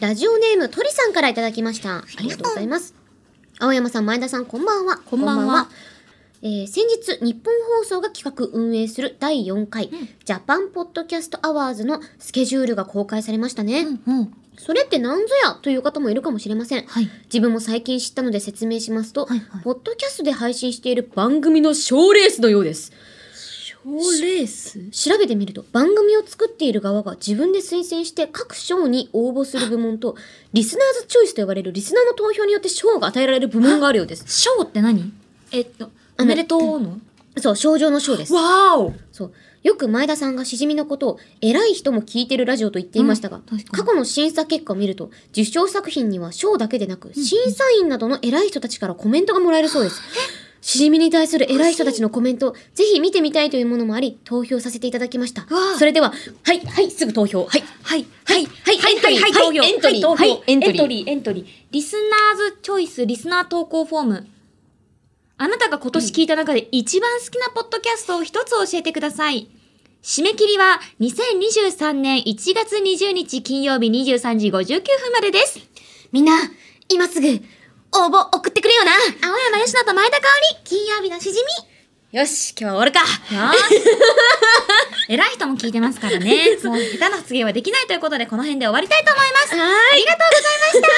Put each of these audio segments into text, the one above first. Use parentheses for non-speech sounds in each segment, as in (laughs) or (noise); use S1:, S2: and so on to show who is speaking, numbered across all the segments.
S1: ラジオネームとりさんからいただきました。ありがとうございます。青山さん、前田さん、こんばんは。こ
S2: んばんは
S1: えー先日、日本放送が企画運営する第4回、ジャパンポッドキャストアワーズのスケジュールが公開されましたね。
S2: うん。
S1: それってなんぞやという方もいるかもしれません。
S2: はい。
S1: 自分も最近知ったので説明しますと、
S2: はいはい
S1: ポッドキャストで配信している番組の賞ーレースのようです。
S2: 賞レース
S1: 調べてみると番組を作っている側が自分で推薦して各賞に応募する部門とリスナーズチョイスと呼ばれるリスナーの投票によって賞が与えられる部門があるようです。
S2: 賞って何えっと、
S1: あの
S2: おめでとうの
S1: そう、賞状の賞です。
S2: わお
S1: そう。よく前田さんがしじみのことを偉い人も聞いてるラジオと言っていましたが、
S2: うん確か
S1: 過
S2: に
S1: 去の審査結果を見ると受賞作品には賞だけでなく審査員などの偉い人たちからコメントがもらえるそうです。しじみに対する偉い人たちのコメントをぜひ見てみたいというものもあり投票させていただきました
S2: わあ
S1: それでははいはいすぐ投票はい
S2: はい。
S1: はい、はい、
S2: はいはいはい投票
S1: エントリー、
S2: は
S1: 投票
S2: いはいエントリー
S1: エントリー、エントリー。
S2: リスナーズチョイスリスナー投稿フォーム。あなたが今年聞いた中で一番好きなポッドキャストを一つ教えてください。締め切りは2023年1月20日金曜日23時59分までです。
S1: みんな、今すぐ、応募送ってくれよな
S2: 青山吉野と前田香織、金曜日のしじ
S1: よし、今日は終わるか
S2: み。よーし。 (laughs) 偉い人も聞いてますからね。 (laughs) もう下手な発言はできないということで、この辺で終わりたいと思います。
S1: はーい。ありがとうございました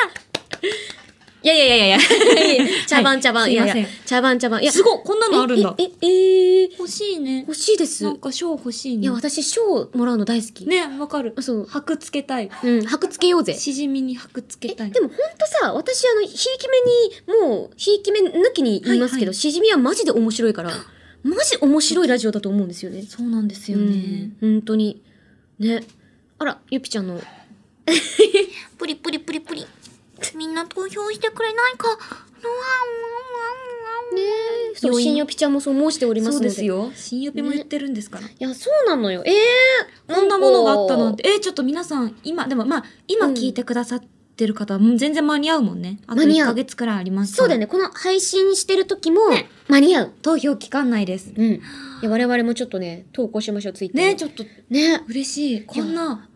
S2: (laughs) いやいやいやいや。
S1: (laughs) 茶番茶番、
S2: はい
S1: い、やい
S2: すい
S1: や
S2: ません、
S1: 茶番茶番。いや、
S2: すごい、こんなのあるんだ。
S1: え、え、えー、
S2: 欲しいね。
S1: 欲しいです。
S2: なん
S1: い
S2: か賞欲しいね。
S1: や、私、賞もらうの大好き。。
S2: ね、わかる。
S1: そう。
S2: 箔つけたい。
S1: うん、箔つけようぜ。
S2: しじみに箔つけたい。
S1: でもほんとさ、私あの、ひいき目に、もう、ひいき目抜きに言いますけど、
S2: はいはい
S1: しじみはマジで面白い
S2: (gasps)
S1: から、マジ面白いラジオだと思うんですよね。
S2: そうなんです
S1: う
S2: よね
S1: ん。、本当に。ね。あら、ゆぴちゃんの。
S2: プリプリプリプリ。みんな投票してくれないか。
S1: ねえ、そう、
S2: 余韻
S1: 新よぴちゃんもそう申しております
S2: そ
S1: の
S2: う
S1: で。
S2: です。よ。新指も言ってるんですから。
S1: いや、そうなのよ。ええー、
S2: こんなものがあったなんて。えー、ちょっと皆さん、今、でもまあ、今
S1: うん
S2: 聞いてくださってる方は、うん全然間に合うもんね。あと
S1: 間に合
S2: 1
S1: う
S2: ヶ月くらいあります
S1: そうだよ
S2: ね。
S1: ね、この配信してる時も、間に合う。
S2: 投票期間内です。
S1: うん。いや、我々もちょっとね、投稿しましょう、ツイッター
S2: ね、
S1: ち
S2: ち
S1: ょ
S2: ょっと
S1: ね。
S2: 嬉しい。こんな。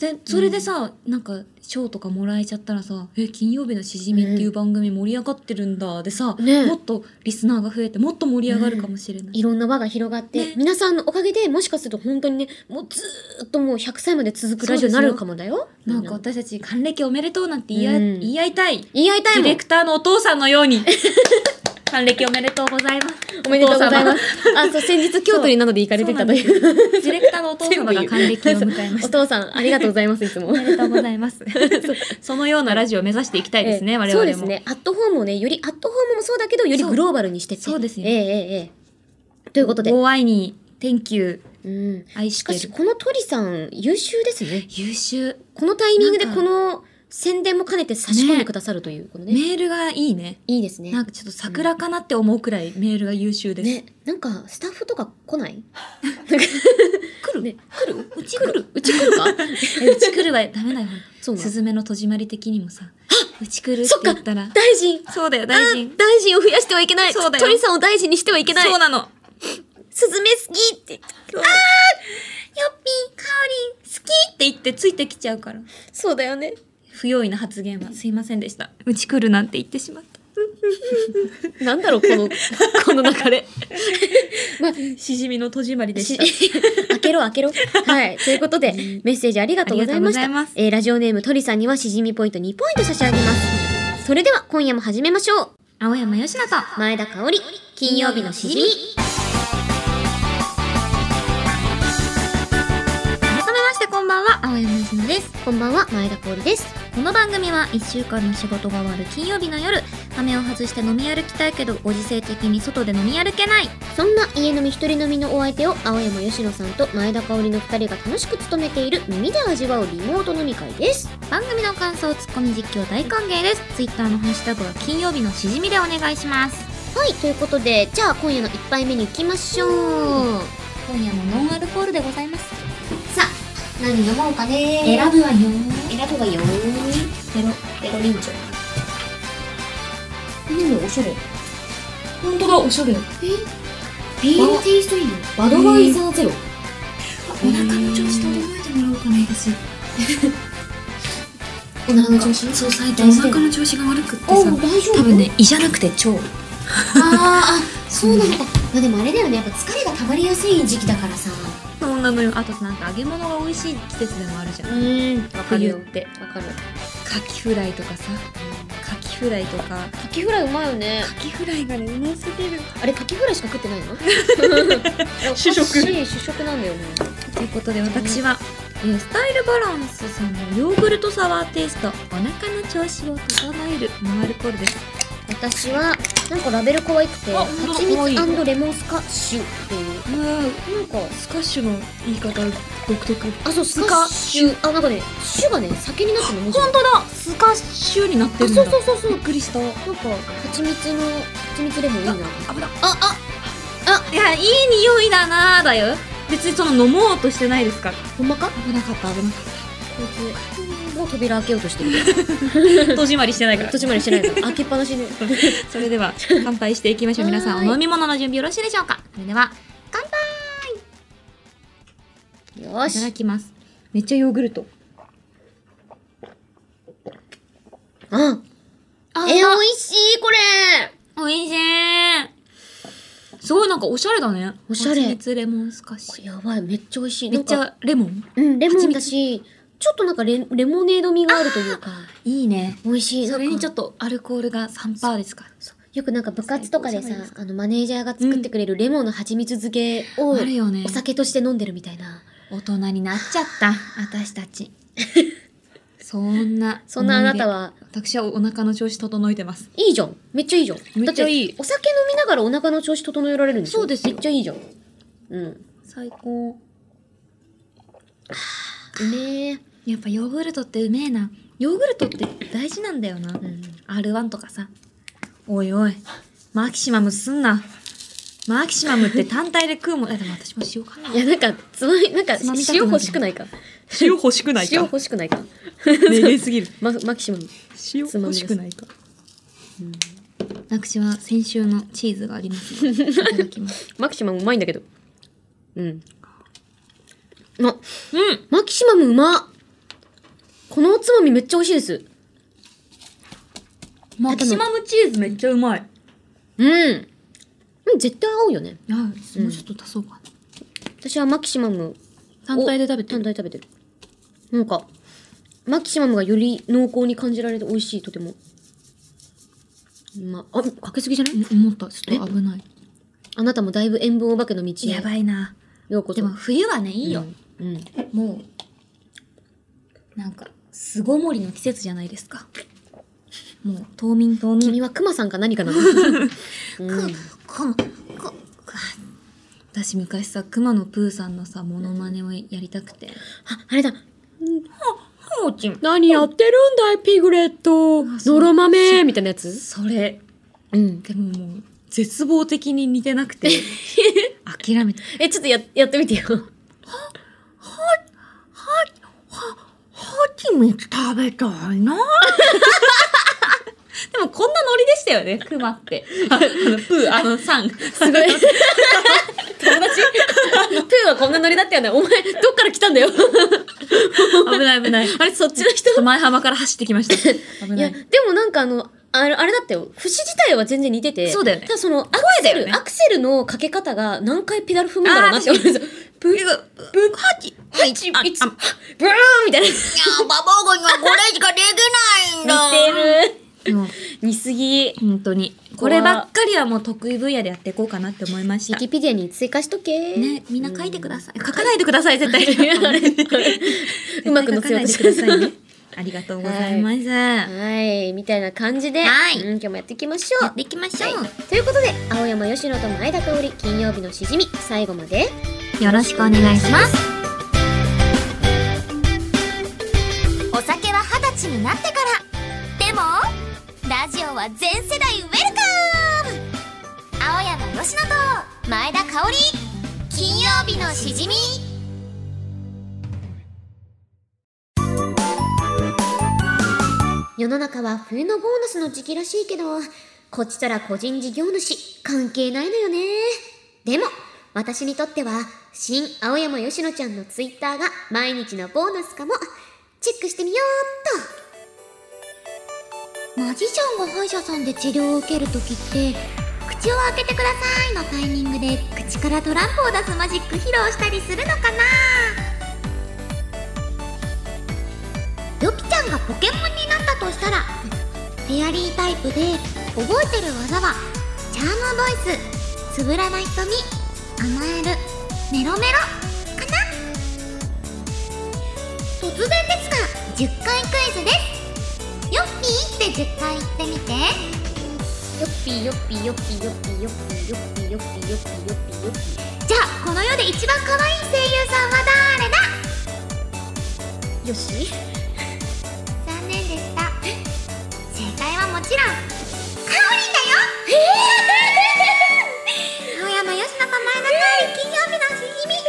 S2: で、それでさ、なんか、賞とかもらえちゃったらさ、え、金曜日のしじみっていう番組盛り上がってるんだ。でさ、
S1: ね
S2: もっとリスナーが増えて、もっと盛り上がるかもしれない。
S1: いろんな輪が広がって、
S2: ね
S1: 皆さんのおかげでもしかすると本当にね、もうずーっともう100歳まで続くラジオになるかもだよ。
S2: なん
S1: み
S2: か私たち、還暦おめでとうなんて言い合い,、
S1: うん
S2: 言い合いたい。
S1: 言い合いたい
S2: ディ
S1: も
S2: レ
S1: ん。
S2: クターのお父さんのよう
S1: (laughs)
S2: に。還暦おめでとうございます。
S1: おめでとうございま
S2: お父様。
S1: す。あ、そう、先日京都になどで行かれてたとい。
S2: そう (laughs) ディレクターのお父様が還暦を迎えま
S1: お
S2: した。
S1: 父さん、ありがとうございます、いつも。
S2: (laughs) おめでとうございます。 (laughs) そのようなラジオを目指していきたいですね、
S1: ええ
S2: 我々も。
S1: そうですね。アットホームをね、より、アットホームもそうだけど、よりグローバルにしてって。
S2: そうそうですよ
S1: ええええええ。ということで。
S2: お愛に、Thank you、
S1: うん。
S2: 愛し
S1: してか
S2: る。
S1: し、この鳥さん、優秀ですね。
S2: 優秀。
S1: このタイミングで
S2: なん
S1: こ
S2: か
S1: の宣伝も兼ねて差し込んでくださるという、このね。
S2: メールがいいね。
S1: いいですね。
S2: なんかちょっと桜かなって思うくらいメールが優秀 (laughs) です。
S1: ね、なんか、スタッフとか来ない
S2: (laughs) 来る、
S1: ね
S2: 来るうち来る
S1: うち来る
S2: (laughs)
S1: か
S2: えうち来るはダメだよ。
S1: (laughs) そうなの
S2: スズメの戸締まり的にもさ、うち来るって
S1: そっ
S2: 言
S1: か
S2: ったら、
S1: 大臣
S2: そうだよ、
S1: あ
S2: 大臣。
S1: 大臣を増やしてはいけない
S2: そうだよ
S1: 鳥さんを大臣にしてはいけない
S2: そうなの。
S1: スズメ好きって。
S2: そうよっぴん、かおりん、好きって言ってついてきちゃうから。
S1: そうだよね。
S2: 不用意な発言はすいませんでした。うち来るなんて言ってしまった。
S1: なんだろう、こ
S2: (laughs)
S1: の、この流 (laughs) れ。まあ、
S2: しじみの戸締まりでし
S1: し (laughs)
S2: た。
S1: 開けろ開け
S2: (laughs)
S1: ろ。はい。ということで、メッセージありがとうございました。
S2: ありがとうございます
S1: えーラジオネーム鳥さんにはしじみポイント2ポイント差し上げます。それでは今夜も始めましょう。
S2: 青山よしなと、
S1: 前田香織、金曜日のしじみ。
S2: 改めましてこんばんは、青山よしなです。
S1: こんばんは、前田香織です。
S2: この番組は1週間の仕事が終わる金曜日の夜羽目を外して飲み歩きたいけどご時世的に外で飲み歩けない
S1: そんな家飲み一人飲みのお相手を青山佳乃さんと前田香織の2人が楽しく務めている耳で味わうリモート飲み会です。
S2: 番組の感想ツッコミ実況大歓迎です Twitter のハッシュタグは金曜日のしじみでお願いします
S1: はい、ということで、じゃあ今夜の1杯目に行きましょう。
S2: 今夜もノンアルコールでございます
S1: さあ、何飲もうかね
S2: ぶわよ
S1: 選ぶわよ
S2: ペロ
S1: ペロリンチョ。でもおしゃれ。
S2: 本当だおしゃれ
S1: ビ
S2: ール
S1: テイストいいよ。バ
S2: ドワイザ
S1: ーゼロ。
S2: お腹の調子整えてもらおうかな私
S1: お腹の調子
S2: そう、最近お腹の調子が悪くってさ、
S1: お大丈夫
S2: 多分ね、胃じゃなくて腸。
S1: あーあそうなのか、まあ、でもあれだよねやっぱ疲れが溜まりやすい時期だからさ
S2: そうなのよ。あとなんか揚げ物が美味しい季節でもあるじゃん。
S1: んわかるよ
S2: 冬って。
S1: わかる
S2: カキフライとかさ、カキフライとか。
S1: カキフライうまいよね
S2: カキフライがね、うますぎる。
S1: あれカキフライしか食ってないの
S2: 主食
S1: おかしい (laughs) 主食なんだよね
S2: ということで私は、えースタイルバランスさんのヨーグルトサワーテイストお腹の調子を整えるノンアルコールです
S1: 私はなんかラベル可愛くて
S2: あ本当だ
S1: 蜂蜜レモンスカッシュっていう
S2: うわ
S1: なんか
S2: スカッシュの言い方独特本
S1: あそうス
S2: ス
S1: カ
S2: カ
S1: ッシュあなんかねシュがね酒になってるの文字
S2: 当だスカッシュになって
S1: あ
S2: るん
S1: そ
S2: だ
S1: うそうそうそう
S2: びっくりした危
S1: なんか蜂蜜の蜂蜜レモンいいな
S2: ない
S1: ああ
S2: あいやいい匂いだなーだよ別にその飲もうとしてないですから
S1: ほんまか
S2: 危なかった危なかっ
S1: こいつもう扉開けようとしてる
S2: た戸締まりしてないから
S1: 戸締まりしてない (laughs) から開けっぱなしで
S2: (laughs) それでは乾杯していきましょう皆さ
S1: は
S2: ん
S1: ーい
S2: お飲み物の準備よろしいでしょうかそれでは
S1: よ
S2: いただ
S1: し
S2: きますめっちゃヨーグルト
S1: あ
S2: あ
S1: え美味しいこれ
S2: おいしいすごいなんかおしゃれだね
S1: おしゃれ
S2: 蜂蜜レモンスカッ
S1: こ
S2: シ
S1: れやばいめっちゃ美味しい
S2: ュめっち
S1: なんか
S2: ゃレモン
S1: うんレモンだしちょっとなんかレレモネード味があるというか
S2: いいね
S1: 美味しい
S2: それにちょ
S1: っと
S2: っとアルコールが3%ですか
S1: よくなんか部活とかでさ
S2: 最高じゃないですか
S1: あのマネージャーが作ってくれるレモンの蜂蜜漬けを
S2: あるよね
S1: お酒として飲んでるみたいな
S2: 大人になっちゃった私たち (laughs) そんな
S1: そんなあなたは
S2: 思い出私はお腹の調子整えてます
S1: いいじゃんめっちゃいいじゃん
S2: めっちゃいい
S1: だてお酒飲みながらお腹の調子整えられるんでしょ
S2: そうです
S1: めっちゃいいじゃんうん
S2: 最高
S1: うめえ
S2: やっぱヨーグルトってうめえなヨーグルトって大事なんだよな、R1 とかさおいおいマキシマムすんなマキシマムって単体で食うもんえでも私も塩かない
S1: やなんかつまみなんか
S2: つまみたくなる
S1: 塩欲しくないか
S2: 塩欲しくな
S1: 塩欲しくない
S2: (laughs)
S1: か
S2: めげすぎる (laughs)
S1: ママキシマム
S2: 塩
S1: 欲しくない
S2: か私は先週のチーズがありますのでいただきます
S1: マキシマムうまいんだけどうんあ
S2: (laughs) うん
S1: マキシマムうまこのおつまみめっちゃ美味しいです
S2: マキシマムチーズめっちゃうまい
S1: うんうん絶対合うよね
S2: あもうちょっと足そうかな
S1: 私はマキシマム
S2: 単体で食べて
S1: 単
S2: る
S1: 体食べてるなんかマキシマムがより濃厚に感じられて美味しいとてもうまあかけすぎじゃない
S2: うん思ったちょっと危ない
S1: あなたもだいぶ塩分お化けの道へ
S2: やばいな
S1: ようこそ
S2: でも冬はねいいよ、
S1: うんうん
S2: もうなんか巣ごもりの季節じゃないですかもう冬眠冬眠
S1: 君はクマさんか何か (laughs) なの、うん
S2: くくく私昔さ熊野プーさんのさモノマネをやりたくて
S1: あ、あれだ。
S2: ハモチン
S1: 何やってるんだい、ピグレット。
S2: そう
S1: のろ豆みたいなやつ
S2: それ
S1: うん。
S2: でももう絶望的に似てなく (laughs) て諦めた
S1: え、ちょっとや、やってみてよ。
S2: ハチミツ食べたいな (laughs) でもこんなノリでしたよねクマって (laughs) ああのプーあのさん
S1: すごい。友達プーはこんなノリだったよね。お前、どっから来たんだよ。
S2: 危ない危ない。
S1: あれ、そっちの人
S2: ちょっと前浜から走ってきました。
S1: い
S2: 危な
S1: や、
S2: い。
S1: でもなんかあの、あれあれだったよ。節自体は全然似てて。
S2: そうだよね
S1: ただその、アクセ
S2: だよ
S1: ル、
S2: ね
S1: アクセルのかけ方が何回ペダル踏むんだろうなって
S2: あー
S1: 思うんですよ。
S2: ブーブーハチ
S1: はい、一、ブ
S2: あ
S1: ーン
S2: あ
S1: みたいな。
S2: ババゴにはこれしかでき
S1: 似てる。
S2: てる。もう
S1: 似すぎ。
S2: 本当にこればっかりはもう得意分野でやっていこうかなって思いまし
S1: ウィ
S2: た。
S1: キペディアに追加しとけ。
S2: ね、みんな書いてください。書かないでください絶対。
S1: あれ
S2: (laughs)
S1: うまく載せようとしてる
S2: 絶対
S1: (laughs)
S2: 書かないでくださいね。ありがとうございます。や
S1: はい、みたいな感じで、
S2: はい
S1: うん、今日もやっていきましょう
S2: っ。ていきましょう。
S1: ということで、青山吉野と前田香織、金曜日のしじみ、最後まで。
S2: よろしくお願いします。
S3: お酒は二十歳になってからでもラジオは全世代ウェルカム青山佳乃と前田香織金曜日のしじみ
S1: 世の中は冬のボーナスの時期らしいけど、こっちたら個人事業主、関係ないのよね。でも、私にとっては、新青山吉野ちゃんのツイッターが毎日のボーナスかも、チェックしてみようっと。
S3: マジシャンが歯医者さんで治療を受けるときって口を開けてくださいのタイミングで口からトランプを出すマジック披露したりするのかなよぴちゃんがポケモンになったとしたらフェアリータイプで覚えてる技はチャームボイスつぶらな瞳甘えるメロメロかな突然ですが10回クイズですよっぴーって10回言ってみて
S1: よっぴーよっぴーよっぴーよっぴーよっぴーよっぴーよっぴーよっぴーよっぴーよっ
S3: じ
S1: ぴー
S3: ゃあこの世で一番可愛い声優さんは誰だ
S1: よし
S3: 残念でした正解はもちろんかおりんだよえ青山佳乃と前田香織金曜日のしじみ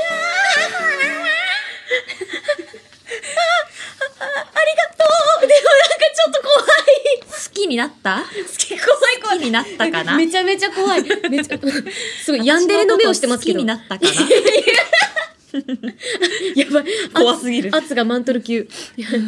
S1: でもなんかちょっと怖い
S2: 好きにな (laughs) った
S1: 結
S2: 好きになったかな
S1: めちゃめちゃ怖いめちゃすごいヤンデレの目をしてますけど
S2: 好きになったかな
S1: やばい
S2: 怖すぎる
S1: 圧がマントル級いやい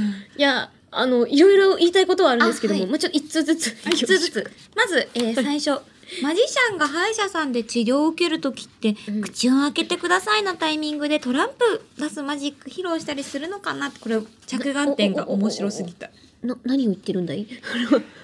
S1: やあのいろいろ言いたいことはあるんですけども、
S2: あはい
S1: まあちょっと一通ずつ
S2: (laughs) 一つずつまず、えー最初マジシャンが歯医者さんで治療を受けるときって、
S1: うん
S2: 口を開けてくださいのタイミングでトランプ出すマジック披露したりするのかなってこれ着眼点が面白すぎた
S1: な何を言ってるんだい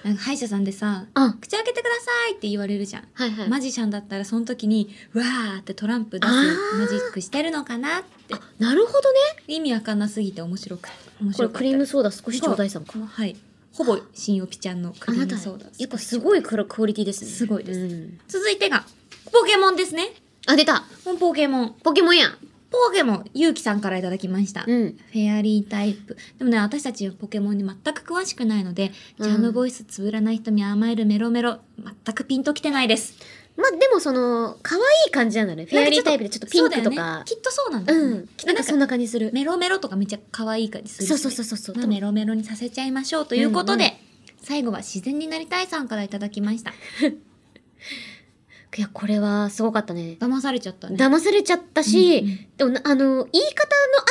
S2: なんか歯医者さんでさ
S1: あ
S2: 「口開けてください」って言われるじゃん、
S1: はいはい、
S2: マジシャンだったらその時に「わー」ってトランプ出す
S1: あー
S2: マジックしてるのかなって
S1: あなるほどね
S2: 意味わかんなすぎて面白く面
S1: これ
S2: 白かった
S1: クリームソーダ少しちょうだいさんか
S2: このはいほぼ新オピちゃんのク
S1: あ
S2: リ
S1: な
S2: ー
S1: た
S2: ムソーダ
S1: やっぱすごいクラクオリティですね
S2: すごいです
S1: うん
S2: 続いてがポケモンですね
S1: あ出た
S2: ポケモン
S1: ポケモンやん
S2: ポケモンゆうきさんからいただきました、
S1: うん
S2: フェアリータイプでもね私たちポケモンに全く詳しくないので、
S1: うん
S2: ジャムボイスつぶらない瞳甘えるメロメロ全くピンときてないです
S1: まあでもその可愛い感じじゃないフェアリータイプでちょっとピンクと
S2: そうだよ
S1: か
S2: ね、きっとそうなんだよね、
S1: うんなんかそんな感じする
S2: メロメロとかめっちゃ可愛い感じするし
S1: そ
S2: ね、
S1: うそうそうそうそう
S2: まあ、メロメロにさせちゃいましょうということで、
S1: うん
S2: 最後は自然になりたいさんからいただきました
S1: いやこれはすごかったね
S2: 騙されちゃったね
S1: 騙されちゃったし、
S2: うんうん
S1: でもなあの言い方の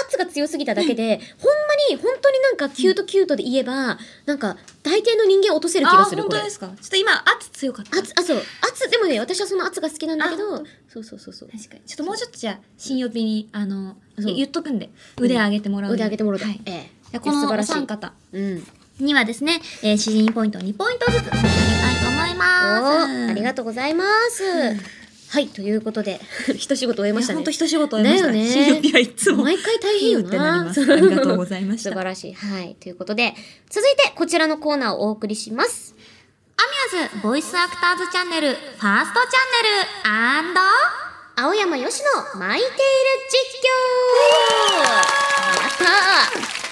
S1: 圧が強すぎただけで、ほんまに本当になんかキュートキュートで言えば、なんか大抵の人間落とせる気がする
S2: あー
S1: こ
S2: 本
S1: れ
S2: 当ですかちょっと今圧強かった
S1: 圧あそう圧でもね私はその圧が好きなんだけ
S2: あ
S1: ど
S2: 本
S1: そうそうそうそう
S2: 確かにちょっともうちょっとじゃあ新予備にあの
S1: そう
S2: 言っとくんで腕上げてもらう
S1: 腕上げてもらうと、
S2: はい、
S1: え
S2: じ
S1: え
S2: ゃあこ
S1: いや素
S2: の
S1: 晴
S2: お
S1: らしい
S2: 三方
S1: うん
S2: にはですね、えー、詩人ポイント2ポイントずつ差し上げたいと思い
S1: お
S2: ます
S1: ーありがとうございます、はいということで (laughs) 一仕事終えましたね
S2: 本当一仕事終えました
S1: だよね
S2: 新予備はいつも
S1: 毎回大変よ
S2: ピューってなり
S1: な。
S2: ますありがとうございました
S1: 素晴らしい。はい。ということで、続いてこちらのコーナーをお送りします。
S3: アミューズボイスアクターズチャンネルファーストチャンネル
S1: 青山よしの巻いている実況やったー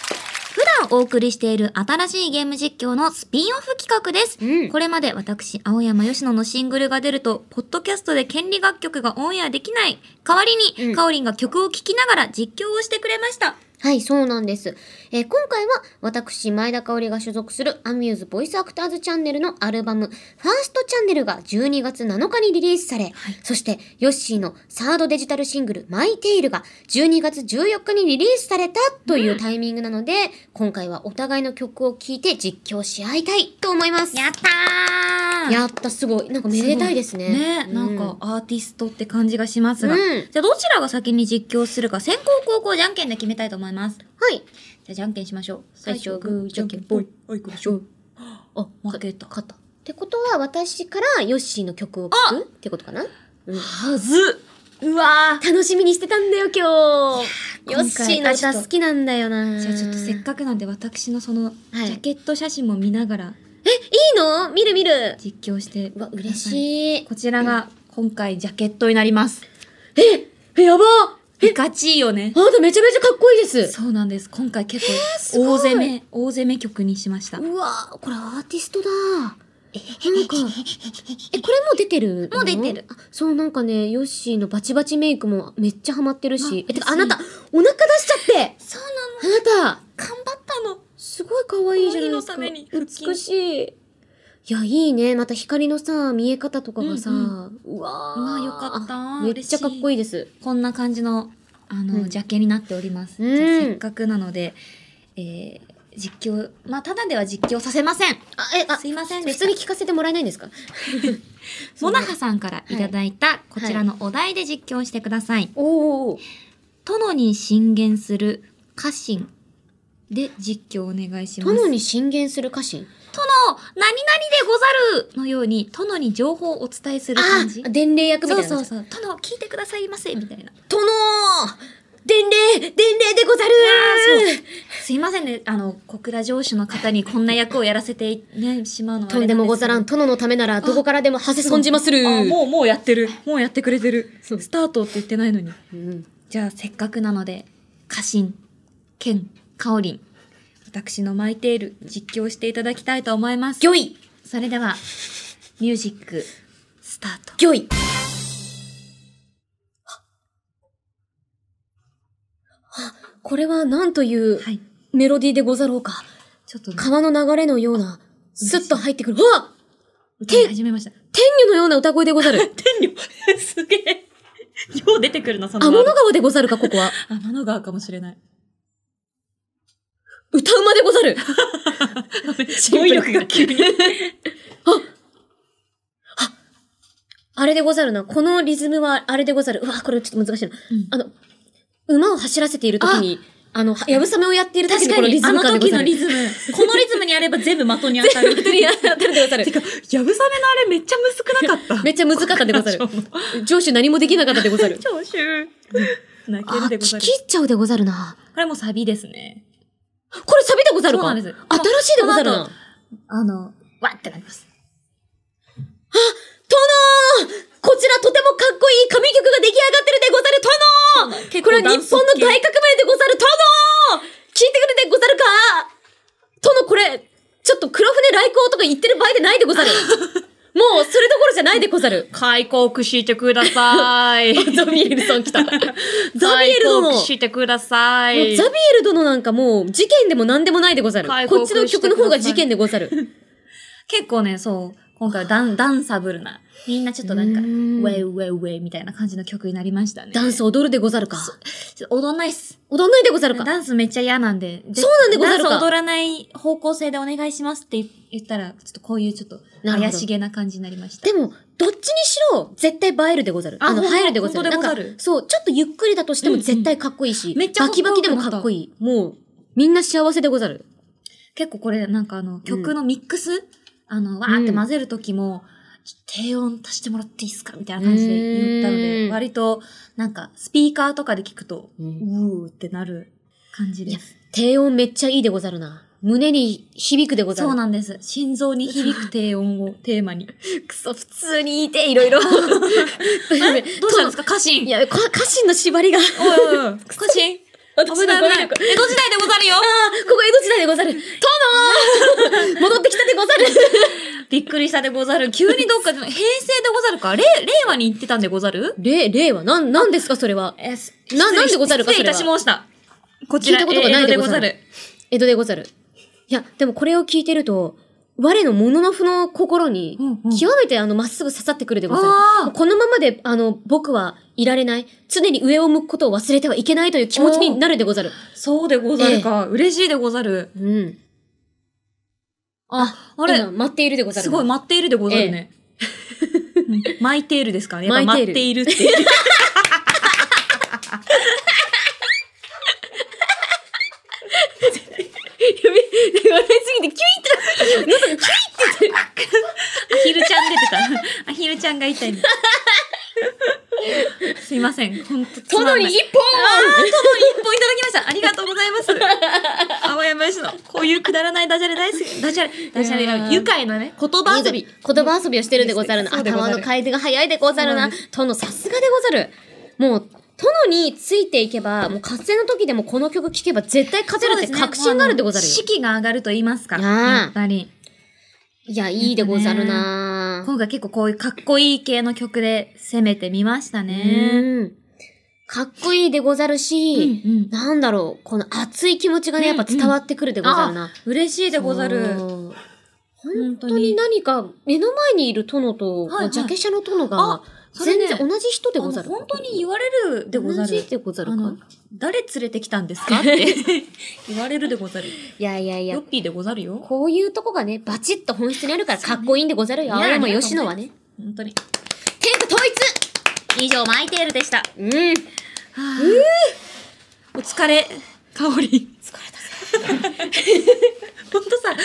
S2: 普段お送りしている新しいゲーム実況のスピンオフ企画です。
S1: うん
S2: これまで私、青山佳乃のシングルが出ると、ポッドキャストで権利楽曲がオンエアできない。代わり
S1: う
S2: に、
S1: ん
S2: かおりんが曲を聴きながら実況をしてくれました。
S1: はい、そうなんです。えー今回は私、前田香織が所属するアミューズボイスアクターズチャンネルのアルバム、ファーストチャンネルが12月7日にリリースされ、そしてヨッシーのサードデジタルシングル、マイテイルが12月14日にリリースされたというタイミングなので、今回はお互いの曲を聴いて実況し合いたいと思います。
S2: やったー
S1: やった、すごい。なんかめでたいですね。
S2: ね、
S1: う
S2: なんか、アーティストって感じがしますが。
S1: うん
S2: じゃあどちらが先に実況するか先行後攻じゃんけんで決めたいと思います。じ
S1: はい。
S2: ゃあじゃんけんしましょう。
S1: 最初はグーじゃんけんぽい。
S2: はい、グーじゃんけんぽい。
S1: あ、
S2: 負けた。
S1: 勝った。ってことは、私からヨッシーの曲を聴くってことかな
S2: はずうわー
S1: 楽しみにしてたんだよ、今日。ヨッシーの
S2: 今回あちょっ
S1: 歌
S2: と
S1: 好きなんだよな。
S2: じゃあちょっとせっかくなんで私のそのジ
S1: はい
S2: ャケット写真も見ながら
S1: え、いいの見る見る。
S2: 実況して
S1: うわ、嬉
S2: い
S1: しい。
S2: こちらが今回ジャケットになります
S1: え、え、やば
S2: ピカチーよね
S1: あなためちゃめちゃかっこいいです。
S2: そうなんです今回結
S1: すご
S2: 構
S1: い
S2: 大攻め大攻め曲にしました
S1: うわこれアーティストだ。なんか、え、これもう出てるの
S2: もう出てる。
S1: あそう、なんかね、ヨッシーのバチバチメイクもめっちゃハマってるし。
S2: あ
S1: え、てか、あ
S2: 嬉しい
S1: なた、お腹出しちゃって
S2: そう
S1: あなた、
S2: なの頑張ったの
S1: すごい可愛いじゃないですか。
S2: この日のために腹筋
S1: 美しい。いや、いいね。また光のさ、見え方とかがさ、う
S2: うん
S1: わー
S2: うわよかった
S1: あめっちゃかっこいいです。
S2: こんな感じのあの、
S1: うん
S2: ジャケになっております、
S1: うん
S2: じゃあせっかくなので、えー実況、まあ、ただでは実況させません。
S1: あ、え、あ
S2: す、いませんで
S1: 普
S2: した
S1: 通に聞かせてもらえないんですか
S2: (laughs) モナハさんからいただいたこちらのお題で実況してください。
S1: おお。
S2: 殿に進言する家臣で実況お願いします。
S1: 殿に進言する家臣
S2: 殿、何々でござるのように、殿に情報をお伝えする感じ。
S1: あ、伝令役みた
S2: そう
S1: いな。
S2: そう
S1: う。
S2: そう。殿、聞いてくださいませ、みたいな。
S1: 殿伝令伝令でござる
S2: すいませんね、あの、小倉城主の方にこんな役をやらせて、ね、しまうのはあ
S1: とん
S2: れ
S1: で
S2: な
S1: もご
S2: すけ
S1: ざ
S2: ど
S1: らん。殿のためならどこからでも馳せ損じまする。
S2: あもう、もうやってる。もうやってくれてる。
S1: そう
S2: スタートって言ってないのに。
S1: うん。
S2: じゃあ、せっかくなので、家臣、兼、かおりん、私のマイテール、実況していただきたいと思います。
S1: 御意
S2: それでは、ミュージック、スタート。
S1: 御意あこれは何という
S2: はい。
S1: メロディーでござろうか。
S2: ちょっとね、
S1: 川の流れのような、スッと入ってくる。うわ
S2: 歌い始めました。
S1: 天女のような歌声でござ (laughs) る。
S2: 天領 (laughs) すげえ。よう出てくるな、その
S1: 天の川でござるか、ここは。
S2: あ、天の川かもしれない。
S1: 歌うまでござる。
S2: 語彙力が急に。
S1: あれでござるな。このリズムはあれでござる。うわ、これちょっと難しいな。
S2: うん
S1: あの、馬を走らせているときに、あの、はやぶさめをやっているときにこのリズム感でござる。
S2: ズム。
S1: (laughs)
S2: このリズムにやれば全部的に当たる。
S1: 本当にやったるでござ (laughs) る
S2: て。か、やぶさめのあれめっちゃむずくなかっ
S1: (laughs)
S2: た。
S1: めっちゃ難かったでござる
S2: この。
S1: 上手何もできなかったでござる。
S2: 長州。泣
S1: あ
S2: けるで
S1: 聞
S2: ござる
S1: き。入っちゃうでござるな。
S2: これもサビですね。
S1: これサビでござるか
S2: そうな
S1: 新
S2: ん
S1: し
S2: です
S1: いでござる
S2: この
S1: な
S2: 後。あの、わってなります。
S1: 殿こちらとてもかっこいい神曲が出来上がってるでござる
S2: 結
S1: 殿こ
S2: 構
S1: れは日
S2: ダンス系
S1: 本の大革命でござる殿聞いてくれでござるか殿これ、ちょっと黒船来航とか言ってる場合でないでご
S2: (laughs)
S1: ざるもうそれどころじゃないでござる
S2: 開口してくださ (laughs) い。
S1: ザビエルさん来 (laughs) た。ザビエル殿もうザビ
S2: てくださ
S1: エル殿なんかもう事件でも何でもないでござる
S2: 開。国
S1: こっちの曲の方が事件でござる。
S2: 結構ね、そう、今回はダン、ダンサブルな。みんなちょっとなんか、
S1: う
S2: ウ
S1: ーん
S2: ェイウェイウェイみたいな感じの曲になりましたね。
S1: ダンス踊るでござるか。
S2: ちょっと踊んないっす。
S1: 踊んないでござるか。
S2: ダンスめっちゃ嫌なんで。
S1: そうなんでござるか
S2: ダンス踊らない方向性でお願いしますって言ったら、ちょっとこういうちょっと
S1: なるほど
S2: 怪しげな感じになりました。
S1: でも、どっちにしろ、絶対映えるでござる。
S2: あ
S1: あの、
S2: ほんと
S1: 映えるでござる。
S2: ほんとでござる
S1: なんか、そう、ちょっとゆっくりだとしても絶対かっこいいし、
S2: んめっちゃかっ
S1: バ
S2: こ
S1: キ
S2: よく
S1: バ
S2: なっ
S1: キで
S2: た
S1: もかっこいい。もう、みんな幸せでござる。
S2: 結構これなんかあの、曲のミックス、あの、わーって混ぜる時も、低音足してもらっていいですかみたいな感じで言ったの
S1: う
S2: で、
S1: ん
S2: 割と、なんか、スピーカーとかで聞くと、
S1: うん
S2: うーってなる感じです。
S1: 低音めっちゃいいでござるな。胸に響くでござる。
S2: そうなんです。心臓に響く低音を (laughs) テーマに。どう
S1: くそ、普通にいて、い (laughs) ろいろ。どうしたん
S2: したんです
S1: か
S2: か家臣
S1: いや、 (laughs) こ歌詞の縛りが。
S2: おいおいお (laughs) い。家臣
S1: 私の
S2: 危ない
S1: こ
S2: 危ない。江戸時代でござるよ
S1: こ江戸時代でござる。 (laughs) 殿戻ってきたでござる。
S2: (laughs)
S1: (laughs)
S2: びっくりしたでござる。急にどっかで、平成でござるか令、令和に行ってたんでござる
S1: れ、令和、なん、なんですか、それは。
S2: え、
S1: ななんでござるか
S2: 失礼いた
S1: そ
S2: し
S1: れ
S2: ました。こちら、
S1: 聞いたことがないでござる
S2: 江戸
S1: 江戸で
S2: で
S1: ござる。いや、でもこれを聞いてると、我のもののふの心に
S2: うんうん、
S1: 極めてあの、まっすぐ刺さってくるでござる。
S2: あー
S1: このままで、あの、僕はいられない。常に上を向くことを忘れてはいけないという気持ちになるでござる。
S2: (laughs) そうでござるか。嬉しいでござる。
S1: うん。
S2: あ、あ
S1: あ
S2: れ
S1: れ、、待っているでござる。
S2: すごい
S1: (laughs)
S2: 待っているでござるね。 (laughs) うんマイテールですからね。やっぱ
S1: マ
S2: 待
S1: イテール
S2: っているっていう。
S1: い。笑いすぎて、キュイってな
S2: (laughs)
S1: った、 (laughs)
S2: アヒルちゃん出てた。アヒルちゃんがいた今。すいません。ほんとつまん
S1: 殿
S2: ない。
S1: に一
S2: あ
S1: 本
S2: ー、トド一本いただきました。ありがとうございます。青山吉野、こういうくだらないダジャレ大好き。ダジャレ、ダジャレ
S1: いや
S2: が
S1: ー
S2: 愉快なね、言葉遊び。
S1: 言葉遊びをしてるでござるな。
S2: そうでござ
S1: 頭
S2: る
S1: の回転が早いでござる
S2: そう
S1: な
S2: な。
S1: ん殿、さすがでござる。もう、殿についていけば、もう合戦の時でもこの曲聴けば絶対勝てるって確信があるでござるよ
S2: そう。ですねもうあの士気が上がると言いますか。
S1: いやー
S2: やっぱり。
S1: いや、いいでござるな
S2: 今回結構こういうかっこいい系の曲で攻めてみましたね。
S1: うん。かっこいいでござる
S2: うんう
S1: し、
S2: ん。
S1: なんだろう、この熱い気持ちがね、やっぱ伝わってくるでござるな。
S2: 嬉しいでござる。
S1: そう。
S2: 本
S1: 本当に何か目の前にいる殿と、
S2: はいはい
S1: ジャケ写の殿が
S2: あ、それね
S1: 全然同じ人で
S2: あ
S1: ご
S2: の
S1: ざる。
S2: 本当に言われるでござ
S1: 同
S2: る。
S1: じでござ
S2: あ
S1: る
S2: の
S1: か。
S2: 誰連れてきたん (laughs) ですかって言われるでござる。
S1: いやいやい
S2: ヨ
S1: や
S2: ッ、ピーでござるよ。
S1: こういうとこがね、バチッと本質にあるからかっこいいんでござるよ。
S2: そうね
S1: 青山
S2: いやありがとう
S1: 吉野はね。
S2: 本当に。
S1: 天下統一
S2: 以上、マイテールでした。
S1: うん。疲れ
S2: お疲れ、香り。
S1: たぜ。
S2: ほんとさ、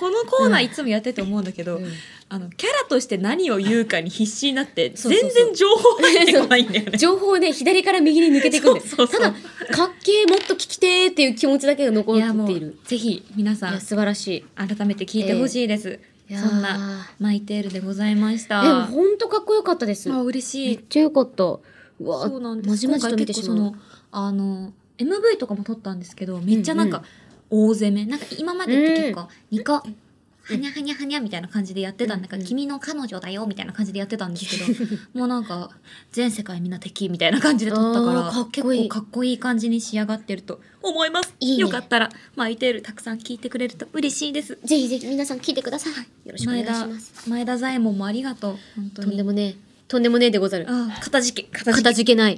S2: このコーナーいつもやってて思うんだけど、
S1: うん
S2: あの、キャラとして何を言うかに必死になって、
S1: そうそうそ
S2: 全
S1: う
S2: 然情報入ってこないんだよ (laughs) ね。
S1: 情報をね、左から右に抜けていくんです。
S2: そうそうそう
S1: ただ、かっけーもっと聞きてーっていう気持ちだけが残
S2: いや、
S1: っ
S2: も
S1: ている
S2: う。、ぜひ、皆
S1: い
S2: さ
S1: や、
S2: ん、
S1: 素晴らしい。
S2: 改めて聞いてほしいです。
S1: ええ
S2: そん
S1: いや
S2: な、マイテールでございまし
S1: でも、
S2: た。
S1: ほんとかっこよかったです。
S2: あ、
S1: め
S2: 嬉しい
S1: っ。ちゃよかった。うわ
S2: そうな
S1: ぁ、
S2: んです。
S1: まじまじと見てしま
S2: 今
S1: う。
S2: 回結構その、あの、MV とかも撮ったんですけど、めっちゃなんか、大攻め。なんか今までって結構、ニコ、はにゃはにゃはにゃみたいな感じでやってたんだか
S1: うん
S2: ら、
S1: うん
S2: 君の彼女だよみたいな感じでやってたんですけど、 (laughs) もうなんか、全世界みんな敵みたいな感じで撮ったから、
S1: あーかっ
S2: 結
S1: こいい
S2: 構かっこいい感じに仕上がってると思います。
S1: いいね
S2: よかったら、マイテールたくさん聞いてくれると嬉しいです。
S1: ぜひぜひ皆さん聞いてください。よろしくお願い
S2: 前
S1: し
S2: 田
S1: ます。、
S2: 前田左衛門もありがとう。本当
S1: とんで
S2: に。
S1: もねえ、とんでもねえでござる。
S2: あー、片付け、片付け
S1: 片。付けない。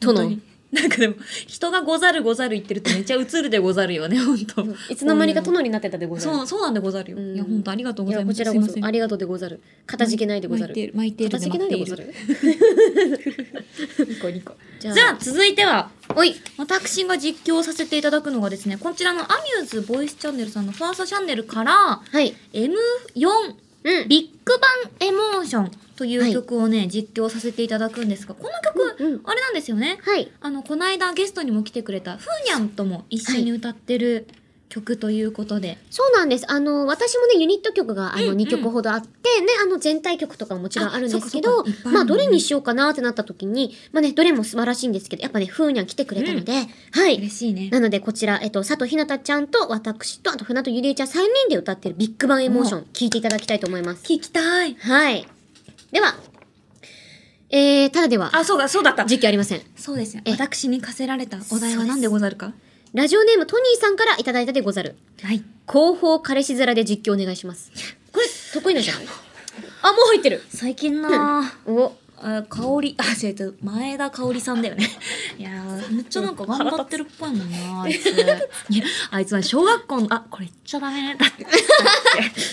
S1: と
S2: 本当
S1: の
S2: に。なんかでも、人がござるござる言ってるとめっちゃ映るでござるよ
S1: (laughs)
S2: ね、本当
S1: いつの間にか
S2: の
S1: 殿になってたでござる。
S2: そう、そうなんでござるよ。
S1: うん
S2: いや、本当ありがと
S1: い
S2: うござ
S1: や、
S2: い
S1: こ
S2: ます。
S1: ちらこ
S2: す
S1: そ
S2: い、ま
S1: ありがとうでござる。かたじけないでござ
S2: せん
S1: る。
S2: 巻いてる。巻いてる。
S1: かたじけないでござる。 (laughs)
S2: ニコニコ。
S1: じ
S2: じゃあ、続いては、
S1: おい、
S2: 私が実況させていただくのがですね、こちらのアミューズボイスチャンネルさんのファーストチャンネルから、
S1: はい。
S2: M4
S1: うん。
S2: ビッグバンエモーションという曲をね、実況させていただくんですが、この曲、
S1: うんうん
S2: あれなんですよね。
S1: はい。
S2: あの、この間ゲストにも来てくれた、ふーにゃんとも一緒に歌ってる曲ということで。
S1: そうなんです。あの、私もね、ユニット曲が、あ
S2: うんう
S1: の、
S2: ん
S1: 2曲ほどあって、ね、あの、全体曲とかももちろんあるんですけ
S2: あそ
S1: ど
S2: っかそっかいっぱいあるもんね
S1: まあ、どれにしようかなってなった時に、まあね、どれも素晴らしいんですけど、やっぱね、ふーにゃん来てくれたので、はい。
S2: 嬉しいね。
S1: なので、こちら、えっと、佐藤ひなたちゃんと、私と、あと、船戸ゆりえちゃん3人で歌ってるビッグバンエモーション、聴いていただきたいと思います。
S2: 聞きたい。
S1: はい。では、えー、ただでは、
S2: あ、そうだ、そうだった。
S1: 実況ありません。
S2: そうですね。
S1: え
S2: 私に課せられたお題は何でござるか
S1: ラジオネームトニーさんからいただいたでござる。
S2: はい。
S1: 広報彼氏面で実況お願いします。これ、得意なんじゃない (laughs) あ、もう入ってる。
S2: 最近なぁ、
S1: お、
S2: あ香り、あ、違う違う、前田香織さんだよ (laughs) ね。いやー、めっちゃなんか頑張ってるっぽいもんなあいつ。いや、あいつは小学校の、あ、これ言っちゃダメ (laughs) ね。だって。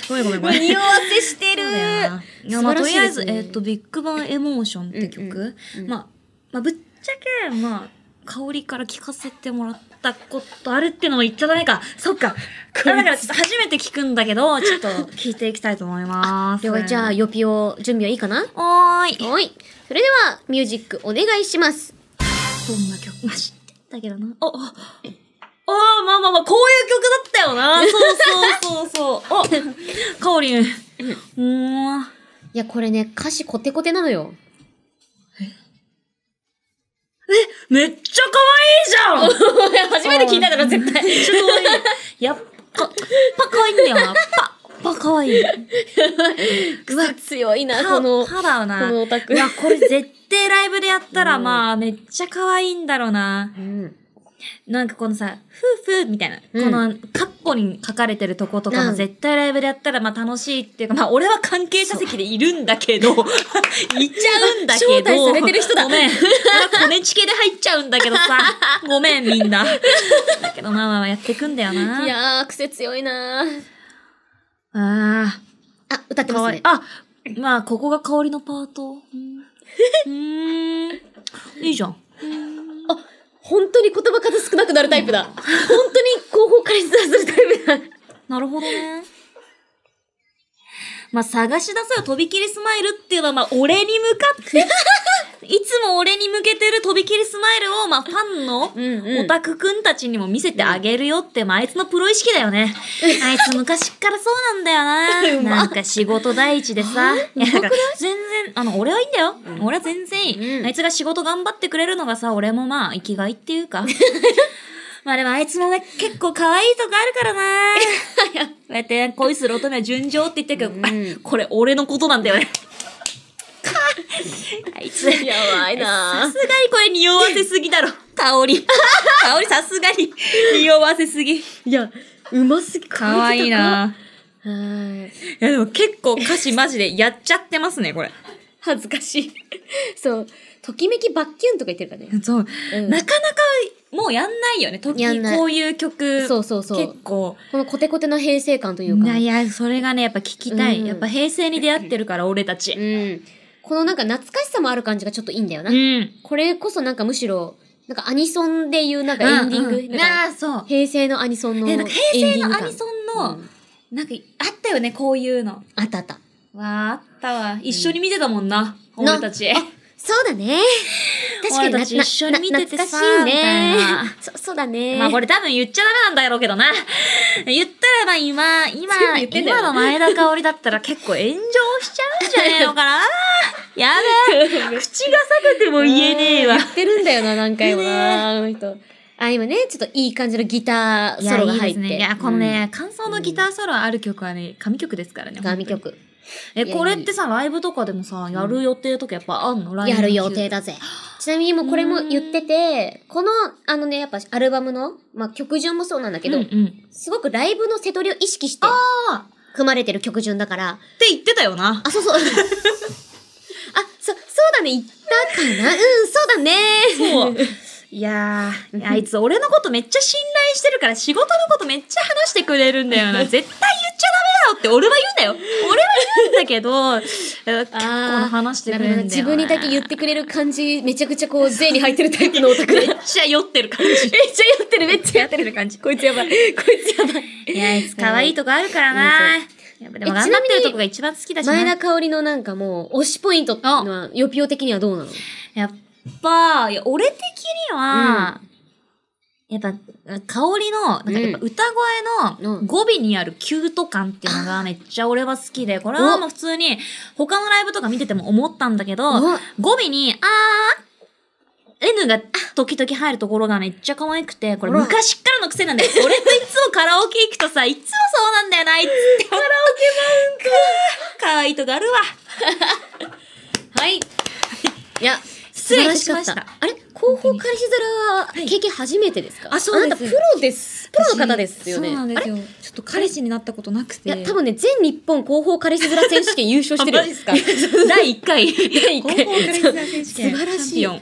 S2: ごめんごめんごめん。
S1: 匂わせして (laughs) る
S2: そうだよな。いや、まあ、とりあえず、えっ、と、ビッグバンエモーションって曲、
S1: うんうんうん
S2: まあ、まあ、ぶっちゃけ、まあ、香りから聞かせてもらったことあるってのも言っちゃダメか。そっか。だからちょっと初めて聞くんだけど、ちょっと聞いていきたいと思
S1: (laughs)
S2: います。
S1: 了解、じゃあ、
S2: お
S1: 予備を、準備はいいかな
S2: ーい。ど
S1: おい。それでは、ミュージックお願いします。
S2: んな曲まあ、知ってんだけどな。お、お、あーまあまあまあ、こういう曲だったよな。そうそうそう
S1: (laughs)
S2: そう。お、香りん。うーん。
S1: いや、これね、歌詞コテコテなのよ。
S2: めっちゃ可愛いじゃ
S1: (laughs)
S2: ん
S1: 初めて聞いたから、絶対。
S2: めっちゃ可愛い。やっぱ、パ可愛いんだよな。パ、パ可愛い。
S1: (laughs) うわ、強いな、
S2: パ、
S1: この、こ
S2: パだよな。
S1: のオタ
S2: い
S1: ク。
S2: や、これ絶対ライブでやったら、
S1: うん
S2: まあ、めっちゃ可愛いんだろうな。
S1: うん。
S2: なんかこのさ、ふーふーみたいな、
S1: うん
S2: この、カッコに書かれてるとことか
S1: う
S2: も
S1: ん
S2: 絶対ライブでやったら、まあ楽しいっていうか、まあ俺は関係者席でいるんだ
S1: (laughs)
S2: けど、行っちゃうんだけど。
S1: 招待されてる人だ
S2: ごめん。俺はコネチケで入っちゃうんだけどさ、ごめんみん
S1: (laughs)
S2: な。だけどまあまあまあやってくんだよな。
S1: いやー、癖強いなー
S2: あ
S1: あ、歌っ
S2: あ、
S1: てま
S2: か
S1: す
S2: わいい
S1: ね。。
S2: あ、まあ、ここが香りのパート。うん。うーんいいじゃん。
S1: 本当に言葉数少なくなるタイプだ。本当に広報彼氏面するタイプだ。
S2: なるほどね。まあ、探し出せよ、とびきりスマイルっていうのは、まあ、俺に向かって、
S1: (laughs)
S2: いつも俺に向けてるとびきりスマイルを、まあ、ファンの
S1: うんうん
S2: オタクくんたちにも見せてあげるよって、まあ、あいつのプロ意識だよね。あいつ昔っからそうなんだ
S1: (laughs)
S2: よ
S1: うま
S2: な。なんか仕事第一でさ。いや、だから全然、あの、俺はいいんだよ。俺は全然いい。
S1: うん
S2: あいつが仕事頑張ってくれるのがさ、俺もまあ、生きがいっていうか。 (laughs) まあでもあいつもね、結構可愛いとこあるか
S1: (laughs)
S2: らなこうやって恋する乙女は純情って言ってるけ
S1: う
S2: ど、これ俺のことなんだよ
S1: (laughs)
S2: ね。 (laughs) あいつ、さす
S1: やばい
S2: がに
S1: な
S2: これ匂わせす
S1: (laughs)
S2: ぎだろ。香り。 (laughs) 香りさすがに匂わせすぎ。
S1: いや、うますぎ。
S2: 可愛いな
S1: (laughs) はい。
S2: いやでも結構歌詞マジでやっちゃってますね、これ。
S1: 恥ずかしい。そう。ときめきバッキュンとか言ってるからね。
S2: そう。
S1: うん
S2: なかなか、もうやんないよね。時
S1: やんない
S2: こういう曲。
S1: そうそうそう
S2: 結構。
S1: このコテコテの平成感というか。
S2: いや、それがね、やっぱ聞きた
S1: うん
S2: い。やっぱ平成に出会ってるから、俺たち。
S1: うん。このなんか懐かしさもある感じがちょっといいんだよな。
S2: ん。
S1: これこそなんかむしろ、なんかアニソンでいうなんかエンディング。
S2: うんうん
S1: なんか
S2: ああ、そう。
S1: 平成のアニソンのエ
S2: え
S1: ン
S2: な
S1: デ
S2: ん
S1: ィン
S2: か
S1: グ
S2: 平成のア
S1: 感
S2: ニソン
S1: う
S2: の
S1: ん、
S2: なんか、あったよね、こういうの。
S1: あったあった。
S2: わあ、あったわ。一緒に見てたもんな、
S1: な
S2: 俺たち。
S1: そうだ
S2: (laughs)
S1: ね。確かにな
S2: 俺たち一緒に見ててさ
S1: 懐かしいね
S2: みたいな。
S1: そそうだね。
S2: まあこれ多分言っちゃダメなんだろうけど
S1: (laughs)
S2: な。言ったらまあ今、今、
S1: 言ってんだよ
S2: 今の前田香織だったら結構炎上しちゃうんじゃねえのか
S1: (laughs)
S2: なやべえ。口が裂けても言えねえわ
S1: 言。ってるんだよな、何回もな、あの人。あ、今ね、ちょっといい感じのギターソロが入って。
S2: いや、このね、感想のギターソロある曲はね、神曲ですからね
S1: う。ん、神曲。
S2: え、これってさ、ライブとかでもさ、やる予定とかやっぱあんのライブ
S1: や
S2: の
S1: る
S2: 日
S1: 予定だぜ。ちなみにもうこれも言ってて、この、あのね、やっぱアルバムの、まあ曲順もそうなんだけ
S2: うん
S1: ど、
S2: うん。って
S1: すごくライブの瀬取りを意識して
S2: あ、
S1: 組まれてる曲順だから、
S2: 言ってたよな。
S1: あ、そう (laughs) そう。あ、そ、そうだね、言ったかなうん、そうだね。
S2: そう。いやー、あいつ俺のことめっちゃ信頼してるから仕事のことめっちゃ話してくれるんだ (laughs) よな。絶対言っちゃダメだよって俺は言うんだよ。俺は言うんだけ (laughs) ど、え結構話してくれるんだよ、ね。
S1: 自分にだけ言ってくれる感じ、めちゃくちゃこう、税に入ってるタイプのオタク。
S2: (laughs) めっちゃ酔ってる感じ。めっちゃ酔ってる、めっちゃ酔ってる感じ。こいつやばい。こいつやばい。いや、あいつ可愛いとこあるからな。やっぱでも
S1: えち
S2: 頑張
S1: な
S2: っ
S1: みに
S2: てるとこが一番好きだしな。
S1: 前田香織のなんかもう、推しポイントっていうのは、予備的にはどうなの
S2: やっぱ、いや俺的には、やっぱ、香りの、なんかやっぱ
S1: うん
S2: 歌声の
S1: うん
S2: 語尾にあるキュート感っていうのがめっちゃ俺は好きで、これはもう普通に他のライブとか見てても思ったんだけど、
S1: お
S2: 語尾に、あー、N が時々入るところがめっちゃ可愛くて、これ
S1: ほら
S2: 昔っからの癖なん (laughs) だよ。俺といつもカラオケ行くとさ、いつもそうなんだよな、いつってカラオケ版 (laughs) か。可愛いとこあるわ。 (laughs)
S1: はい。いや、
S2: 失礼いたしまし
S1: 素
S2: た
S1: 晴らかっあれ広報彼氏
S2: は
S1: 皿
S2: い
S1: 経験初めてですか
S2: あそう
S1: あ
S2: です
S1: なたプロです。プロの方ですよね。
S2: そうなんですよ。ちょっと彼氏になったことなくて。
S1: あれいや、多分ね、全日本広報彼氏皿選手権優勝してるよ。
S2: あマジっすか
S1: (laughs)
S2: 第1回。 (laughs) 第
S1: 一回素晴らしい
S2: チャンピ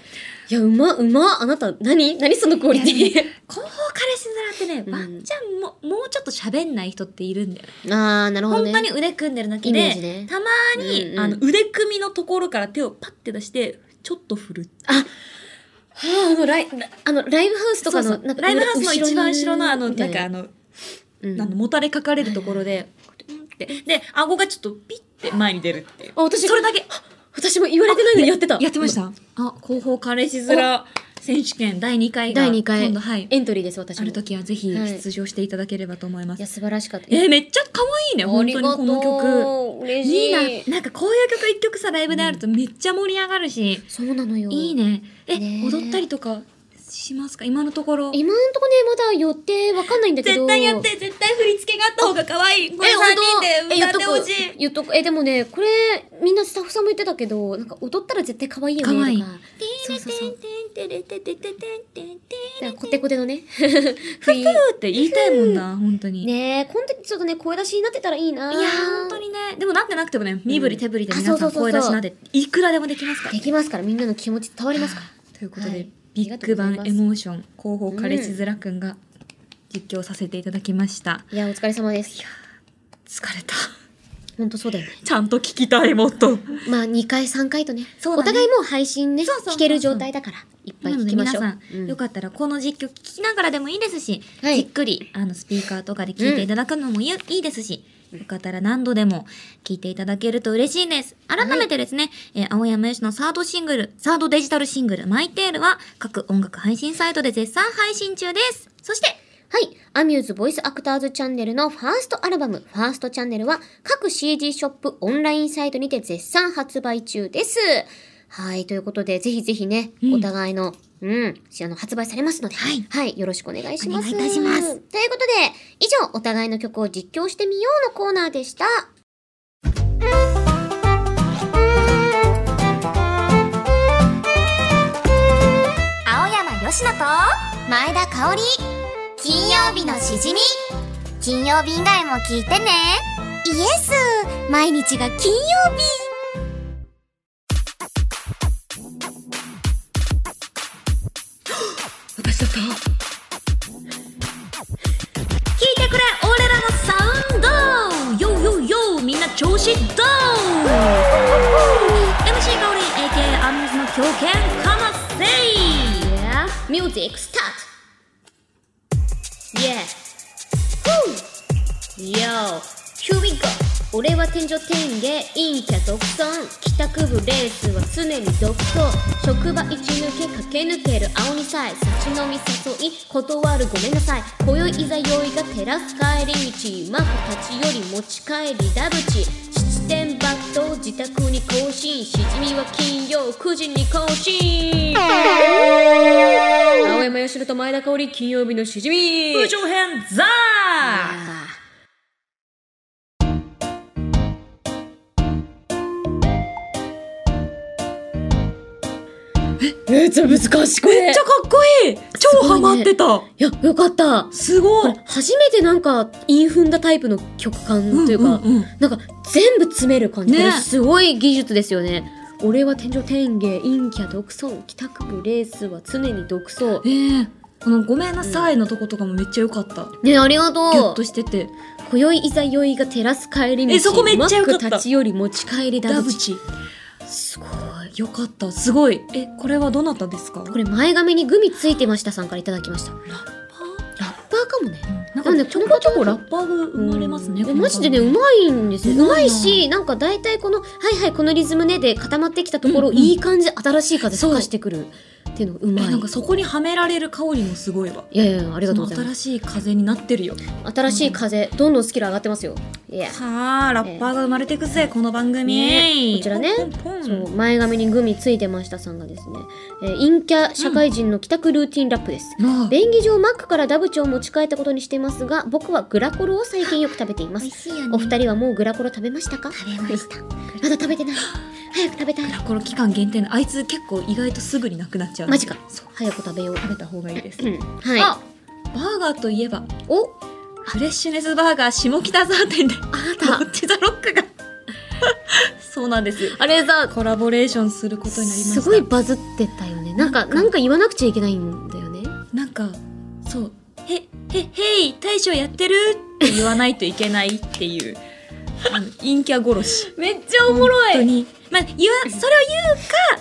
S1: いや、うま、うま。あなた、何何そのクオリティ。
S2: オン。広報彼氏面ってね、ワンチャンも、もうちょっと喋んない人っているんだよね。
S1: (laughs) あー、なるほど
S2: 本
S1: ね。
S2: 当に腕組んでるだけ
S1: イメー
S2: で、
S1: ジね
S2: たまに、
S1: うんうん
S2: あの、腕組みのところから手をパッて出して、ちょっと振る。
S1: はあ、あの、ライ、あの、ライブハウスとか
S2: そ
S1: の、
S2: うそうライブハウスの一番後ろの、あの、なんかあ
S1: の、
S2: の、
S1: うん
S2: あの、もたれかかれるところで、うんって。で、顎がちょっとピッて前に出るっていう。
S1: あ、私、
S2: それだけ。
S1: 私も言われてないのにやってた。
S2: やってました。あ、広報彼氏面選手権第2回が。
S1: 第2回
S2: 今度、はい。
S1: エントリーです、私
S2: あ
S1: も。い
S2: る時はぜひ
S1: はい
S2: 出場していただければと思います。
S1: や、素晴らしかった。
S2: えーめっちゃ可愛いね、
S1: あ
S2: 本
S1: り
S2: 当
S1: が
S2: に
S1: とう
S2: この曲。
S1: 嬉しい。
S2: いいな。なんかこういう曲一曲さ、ライブであるとめっちゃ盛り上がるし、
S1: そうなのよ。
S2: いい。ね。え、
S1: ねえ
S2: 踊ったりとかしますか今のところ。
S1: 今んとこね、まだ予定わかんないんだけど。
S2: 絶対やって、絶対振り付けがあった方が可愛い。この
S1: え、本
S2: 3人
S1: 当
S2: で
S1: え、
S2: 歌
S1: 言
S2: っ
S1: っと
S2: てほし
S1: く。
S2: い。
S1: 言っとく。え、でもね、これ、みんなスタッフさんも言ってたけど、なんか踊ったら絶対可愛いよね。
S2: 可愛い
S1: とかそうそうそう。
S2: てれててててててて
S1: だからコテコテの (laughs) ね。
S2: ふふーって言いたいもんな、本当に。
S1: ねえ、この時ちょっとね、声出しになってたらいいない
S2: いやー、本当。にね。でもなってなくてもね、身振り手振りで皆
S1: あそ
S2: さ
S1: うんそうそうそう
S2: 声出しなんて、いくらでもできますから
S1: で。きますから、みんなの気持ち伝わりますから。
S2: ということで、
S1: はい
S2: ビッグバンエモーション広報彼氏
S1: うん
S2: ズラくんが実況させていただきました、
S1: いや、お疲れ様です。
S2: 疲れた
S1: ほんとそうだよね。
S2: ちゃんと聞きたいもっと
S1: まあ、2回、3回とね。
S2: そう
S1: お
S2: だね
S1: 互いもう配信ね、
S2: そうそうそうそう
S1: 聞ける状態だから、いっぱい
S2: なの
S1: 聞
S2: で
S1: きま
S2: 皆
S1: しょう。
S2: さん、
S1: うん
S2: よかったらこの実況聞きながらでもいいですし、
S1: はい
S2: じっくりあのスピーカーとかで聞いていただくのもいい,、いいですしよかったら何度でも聞いていただけると嬉しいです。改めてですね、えー青山由志のサードシングル、サードデジタルシングル、マイテールは各音楽配信サイトで絶賛配信中です。そして、
S1: はい。アミューズボイスアクターズチャンネルのファーストアルバム、ファーストチャンネルは各 CD ショップ、オンラインサイトにて絶賛発売中です。はい。ということで、ぜひぜひね、
S2: うん
S1: お互いの、うん、しあの、発売されますので、
S2: はい
S1: よろしくお願いします。
S2: お願いいたします
S1: ということで、以上、お互いの曲を実況してみようのコーナーでした。
S3: 青山よしと前田香織金曜日のしじみ金曜日以外も聞いてねイエス毎日が金曜日
S2: 調子ダウン !MC 香り AK アミューズの狂犬かませい
S1: Yeah, music start. Yeah. Woo. Yo, here we go. 俺は天井天下陰キャ独尊帰宅部レースは常に独走職場一抜け駆け抜ける青にさえ立ち飲み誘い断るごめんなさい今宵いざ酔いが照らす帰り道マフたちより持ち帰りダブチ出店抜刀自宅に更新しじみは金曜9時に更新青山よしると前田香織金曜日のしじみ
S2: 部長編ザー
S1: めっちゃ難しいこれ
S2: めっちゃかっこいい超ハマってた
S1: いやよかった
S2: すご
S1: こ
S2: い
S1: れ初めてなんかインフンだタイプの曲感というか、
S2: うんうんうん
S1: なんか全部詰める感じ、
S2: ね
S1: これすごい技術ですよね俺は天井天下陰キャ独走帰宅部レースは常に独走
S2: ええこの「ごめんなさい」のとことかもめっちゃ良かった
S1: ねありが
S2: ギュッ
S1: と
S2: としてて
S1: う今宵いざ酔いが照らす帰り道
S2: えそこめっちゃよかっ
S1: マ
S2: た
S1: ックたちより持ち帰り
S2: ダ
S1: だ
S2: ブチ
S1: すごい
S2: よかったすごいえこれはどなたですか
S1: これ前髪にグミついてましたさんからいただきましたラッ
S2: あ
S1: パーかもね
S2: なん
S1: なんでこ
S2: かち
S1: の
S2: ょ
S1: 方
S2: こちょこラッパーが生まれますね
S1: うんマジでね、うまいんですよ。うまいし、なんか大体この、はいはい、このリズムねで固まってきたところ、
S2: うんうん
S1: いい感じ、新しい風吹かしてくるっていうのがうまい。
S2: えなんかそこにはめられる香りもすごいわ
S1: いやいや、ありが
S2: そ
S1: とう
S2: の
S1: ございます。
S2: 新しい風になってるよ
S1: 新しい風、どんどんスキル上がってますよ。いや。
S2: はあラッパーが生まれてくぜこの番組、
S1: ねこちらね
S2: ポンポンポン
S1: そう前髪にグミついてましたさんがですね、えー陰キャ社会人の帰宅ルーティンラップです、
S2: なあ
S1: 便宜上マックからダブチを持ち帰ったことにしていますが僕はグラコロを最近よく食べています
S3: しいよ
S1: お二人はもうグラコロ食べましたか
S3: 食べました
S1: まだ食べてない早く食べたい
S2: この期間限定のあいつ結構意外とすぐになくなっちゃう
S1: マジか
S2: そう
S1: 早く食べよう
S2: 食べた方がいいです、
S1: はい
S2: あバーガーといえば
S1: お
S2: フレッシュネスバーガー下北沢
S1: (laughs)
S2: 店で
S1: あな
S2: ロ
S1: た
S2: ッチ・ザ・ロックが (laughs) そうなんです
S1: あれさ
S2: コラボレーションすることになりました
S1: すごいバズってたよねなんか
S2: なんか
S1: なんか言わなくちゃいけないんだよね
S2: なんかそう「へへへい大将やってる?」って言わないといけないっていうあの陰キャ殺し
S1: (laughs) めっちゃ
S2: 本当にまあ言わそれを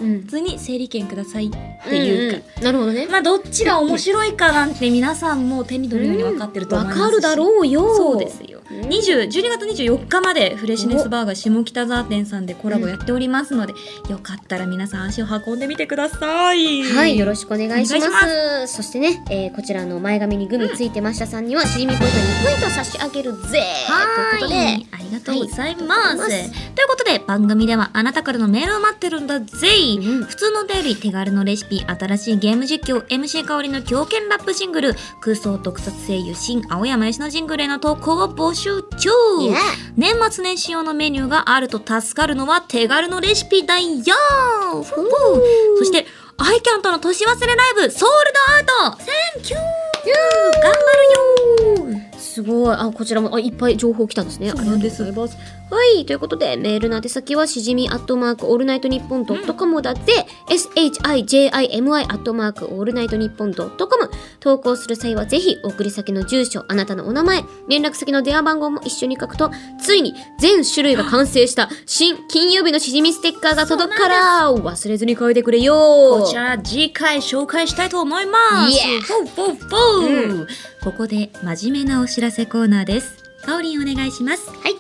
S2: 言う
S1: うん
S2: 普通に整理券くださいっていうか、
S1: うんうんなるほどね
S2: まあどっちが面白いかなんて皆さんも手に取るように分かってると思いますし、
S1: わかるだろうよ
S2: そうですよ
S1: うん
S2: 20 12月24日までフレッシュネスバーガー下北沢店さんでコラボやっておりますので、よかったら皆さん足を運んでみてください
S1: はい、よろしくお願いします。
S2: お願い
S1: そしてね、えーこちらの前髪にグミついてましたさんには、しじみポイント2ポイント差し上げるぜ
S2: はい
S1: という
S2: ありがとうございます、
S1: はいありがとうござい
S2: ということで番組ではあなたからのメールを待ってるんだぜ、
S1: うん
S2: 普通のお便り手軽のレシピ新しいゲーム実況 MC 香りの狂犬ラップシングル空想特撮声優新青山由のジングルへの投稿を募集中
S1: ことで、
S2: 年末年始用のメニューがあると助かるのは手軽のレシピだよふうそしてアイキャンとの年忘れライブソールドアウトセンキュー頑張るよ
S1: すごい。あ、こちらも、あ、いっぱい情報来たんですね。
S2: そうなんです
S1: ありがとうございます。はい。ということで、メールの宛先は、しじみアットマークオールナイトニッポンドットコムだって、shijimi アットマークオールナイトニッポンドットコム。投稿する際は、ぜひ、送り先の住所、あなたのお名前、連絡先の電話番号も一緒に書くと、ついに全種類が完成した、新金曜日のしじみステッカーが届くから、忘れずに書いてくれよ
S2: こちら次回紹介したいと思います。
S1: イエー
S2: フォーフォーフォー
S1: う
S2: ここで真面目なお知らせコーナーです。かおりんお願いします。
S1: はい。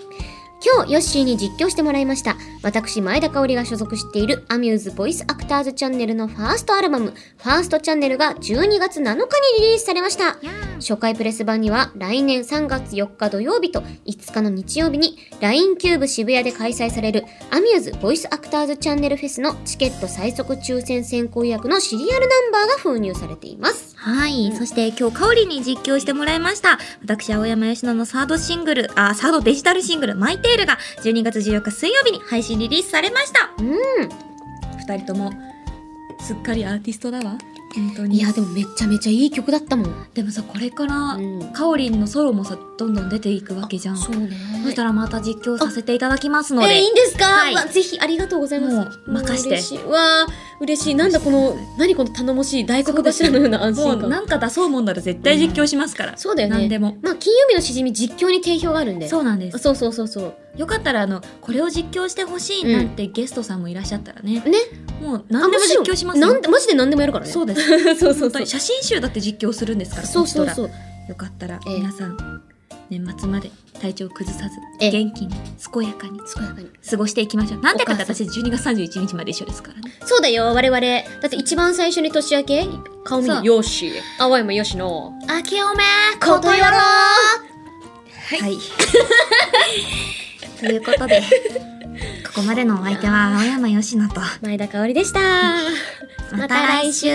S1: 今日、ヨッシーに実況してもらいました。私、前田香織が所属しているアミューズボイスアクターズチャンネルのファーストアルバム、ファーストチャンネルが12月7日にリリースされました。初回プレス版には、来年3月4日土曜日と5日の日曜日に、LINE キューブ渋谷で開催される、アミューズボイスアクターズチャンネルフェスのチケット最速抽選先行予約のシリアルナンバーが封入されています。
S2: はい、そして今日かおりんに実況してもらいました。私、青山佳乃のサードシングル、あ、サードデジタルシングル、マイテールが12月14日水曜日に配信リリースされました。
S1: うん。
S2: 二人とも、すっかりアーティストだわ。本当に。
S1: いや、でもめちゃめちゃいい曲だったもん。
S2: でもさ、これから
S1: う、ん
S2: かおりんのソロもさ、どんどん出ていくわけじゃん。そう
S1: ね。
S2: したらまた実況させていただきますの
S1: えーい
S2: で
S1: い。んですか、
S2: はい
S1: わぜひありがとうございます。
S2: もう任して
S1: もう嬉しい。わあ、嬉しい。なんだこの、何この頼もしい大黒柱のような安
S2: も
S1: 心
S2: う
S1: 感。
S2: なんか出そうもんなら絶対実況しますから。
S1: そうだよね。
S2: 何でも。
S1: まあ、金曜日のしじみ実況に定評があるんで。
S2: そうなんです。
S1: そうそうそうそう。
S2: よかったらあのこれを実況してほしいなんてゲストさんもいらっしゃったらね、
S1: ね
S2: もう何でも実況します
S1: あむ
S2: よ
S1: ろなんで、マジで何でもやるからね。
S2: そううですそ
S1: そ
S2: う
S1: うそう
S2: 本当に写真集だって実況するんですから
S1: そうそう
S2: この人
S1: そう。
S2: らよかったら
S1: ええ
S2: 皆さん、年末まで体調崩さず、
S1: ええ
S2: 元気に健やかに
S1: 健やかに。
S2: 過ごしていきましょうなんてかって
S1: お母
S2: 私
S1: さ
S2: 12月31日まで一緒ですからね
S1: そうだよ、我々。だって一番最初に年明け、顔見
S2: そう
S1: によし。あわいもよしの。
S3: 明けおめ
S1: ことよろ
S2: はい、ということでここまでのお相手は青山佳乃と (laughs)
S1: 前田香織でした。
S2: また来
S1: 週。